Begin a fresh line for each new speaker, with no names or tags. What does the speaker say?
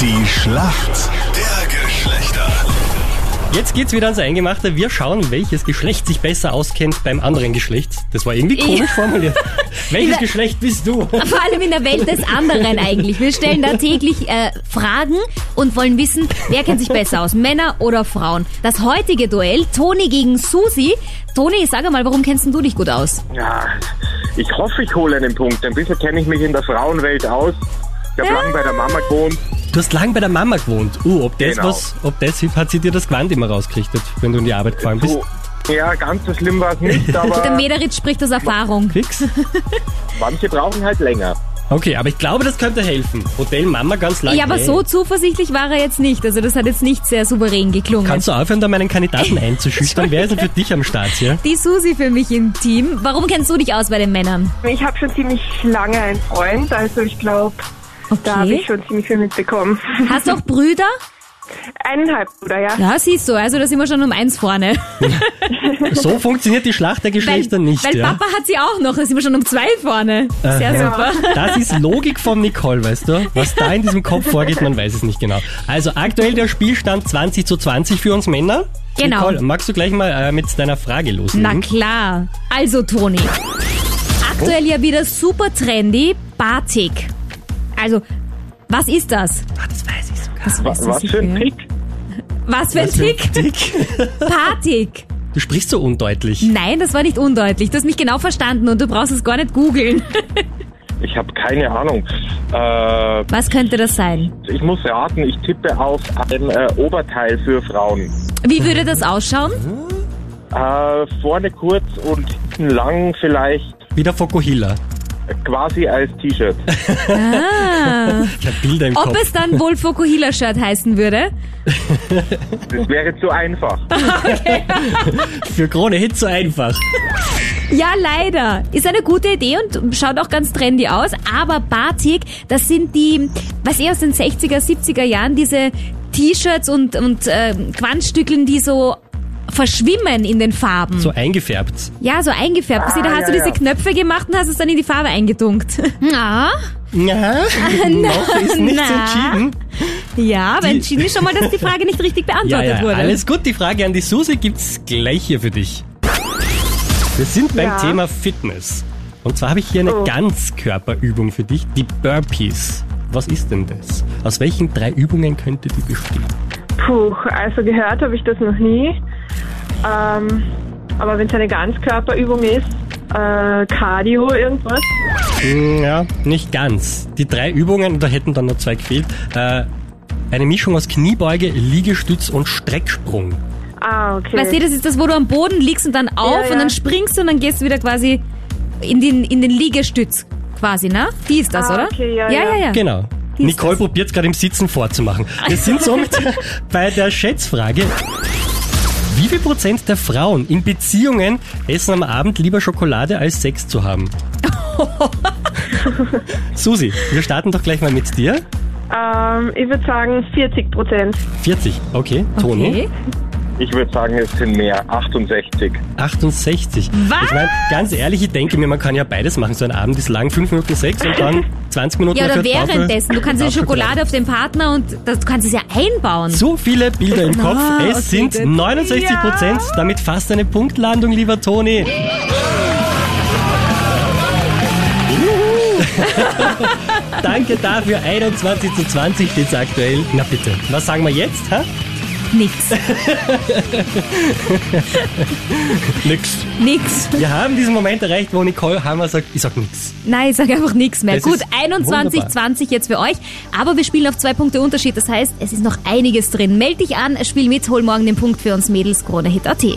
Die Schlacht der Geschlechter.
Jetzt geht's wieder ans Eingemachte. Wir schauen, welches Geschlecht sich besser auskennt beim anderen Geschlecht. Das war irgendwie komisch formuliert. welches
der-
Geschlecht bist du?
Vor allem in der Welt des anderen eigentlich. Wir stellen da täglich äh, Fragen und wollen wissen, wer kennt sich besser aus, Männer oder Frauen. Das heutige Duell, Toni gegen Susi. Toni, sag einmal, warum kennst denn du dich gut aus?
Ja, ich hoffe, ich hole einen Punkt. Ein bisschen kenne ich mich in der Frauenwelt aus. Ich habe lange bei der Mama gewohnt.
Du hast lang bei der Mama gewohnt. Uh, ob das
Genau.
was, ob das hilft, hat sie dir das Gewand immer rausgerichtet, wenn du in die Arbeit gefahren bist.
So, ja, ganz so schlimm war es nicht,
Der
aber
Mederitz spricht aus Erfahrung.
Fix?
manche brauchen halt länger.
Okay, aber ich glaube, das könnte helfen. Hotel Mama ganz lang.
Ja, aber
weg.
so zuversichtlich war er jetzt nicht. Also das hat jetzt nicht sehr souverän geklungen.
Kannst du aufhören, da meinen Kandidaten einzuschüchtern? Wer ist denn für dich am Start hier?
die Susi für mich im Team. Warum kennst du dich aus bei den Männern?
Ich habe schon ziemlich lange einen Freund, also ich glaube, da habe ich schon ziemlich viel mitbekommen.
Hast du auch Brüder?
Eineinhalb, oder ja?
Ja, siehst du, also da sind wir schon um eins vorne.
So funktioniert die Schlacht der Geschlechter
weil
nicht,
weil
ja.
Papa hat sie auch noch, da sind wir schon um zwei vorne. Sehr super.
Das ist Logik von Nicole, weißt du? Was da in diesem Kopf vorgeht, man weiß es nicht genau. Also aktuell der Spielstand 20 zu 20 für uns Männer.
Genau.
Nicole, magst du gleich mal äh, mit deiner Frage
Na
loslegen?
klar. Also Toni, aktuell ja wieder super trendy, Batik. Also, was ist das?
das weiß ich sogar.
Das
Wa-
weißt du
Was für
sicher.
ein Trick.
Was für ein Tick? Batik.
Du sprichst so undeutlich.
Nein, das war nicht undeutlich. Du hast mich genau verstanden und du brauchst es gar nicht googeln.
Ich habe keine Ahnung. Äh,
Was könnte das sein?
ich muss raten, ich tippe auf ein äh, Oberteil für Frauen.
Wie würde das ausschauen?
Äh, vorne kurz und hinten lang vielleicht
Wieder Fokuhila.
quasi als T-Shirt.
Ich habe Bilder im
Ob
Kopf.
es dann wohl Fokuhila-Shirt heißen würde?
Das wäre zu einfach.
Für Krone Hit so einfach.
Ja, leider. Ist eine gute Idee und schaut auch ganz trendy aus. Aber Batik, das sind die, was eh aus den 60er, 70er Jahren, diese T-Shirts und, und äh, Quantstückeln, die so verschwimmen in den Farben.
So eingefärbt.
Ja, so eingefärbt. Ah, da
Ah,
hast du
ja,
diese
ja.
Knöpfe gemacht und hast es dann in die Farbe eingetunkt. Na,
Na, noch ist nichts
na.
entschieden.
ja, aber
Die-
entschieden ist schon mal, dass die Frage nicht richtig
Ja,
beantwortet
ja,
wurde.
alles gut. Die Frage an die Susi gibt's gleich hier für dich. Wir sind beim
Ja.
Thema Fitness. Und zwar habe ich hier eine
Oh.
Ganzkörperübung für dich, die Burpees. Was ist denn das? Aus welchen drei Übungen könnte die bestehen?
Puh, also gehört habe ich das noch nie. Ähm, aber wenn es eine Ganzkörperübung ist, äh, Cardio, irgendwas.
Hm, Ja, nicht ganz. Die drei Übungen, da hätten dann noch zwei gefehlt. Äh, eine Mischung aus Kniebeuge, Liegestütz und Strecksprung.
Ah, okay.
Weißt du, das ist das, wo du am Boden liegst und dann auf
ja.
und dann springst du und dann gehst du wieder quasi in den, in den Liegestütz quasi, ne? Die ist das,
Ah,
oder?
okay, ja,
ja,
ja.
ja.
Genau.
Wie ist
Nicole
das?
probiert gerade im Sitzen vorzumachen. Wir sind somit bei der Schätzfrage. Wie viel Prozent der Frauen in Beziehungen essen am Abend lieber Schokolade als Sex zu haben? Susi, wir starten doch gleich mal mit dir.
ähm, ich würde sagen 40 Prozent.
40, okay. Toni?
Okay.
Ich würde sagen, es sind mehr. 68.
68.
Was?
Ich meine, ganz ehrlich, ich denke mir, man kann ja beides machen. So ein Abend ist lang, 5 Minuten Sex und dann 20 Minuten
Ja, oder
dafür
währenddessen. Du kannst die
Tafel
Schokolade auf den Partner und das, du kannst es ja einbauen.
So viele Bilder im Kopf.
Ah, okay,
es sind
gut.
69 Prozent. Damit fast eine Punktlandung, lieber Toni. Juhu. Danke dafür. 21 zu 20 steht aktuell. Na bitte. Was sagen wir jetzt? Ha?
Nix.
Nix.
Nix.
Wir haben diesen Moment erreicht, wo Nicole Hammer sagt, ich sag nix.
Nein, ich sag einfach nichts mehr.
Das
Gut,
ist
21,
wunderbar.
20 jetzt für euch. Aber wir spielen auf zwei Punkte Unterschied. Das heißt, es ist noch einiges drin. Meld dich an, spiel mit, hol morgen den Punkt für uns Mädels, KroneHit.at.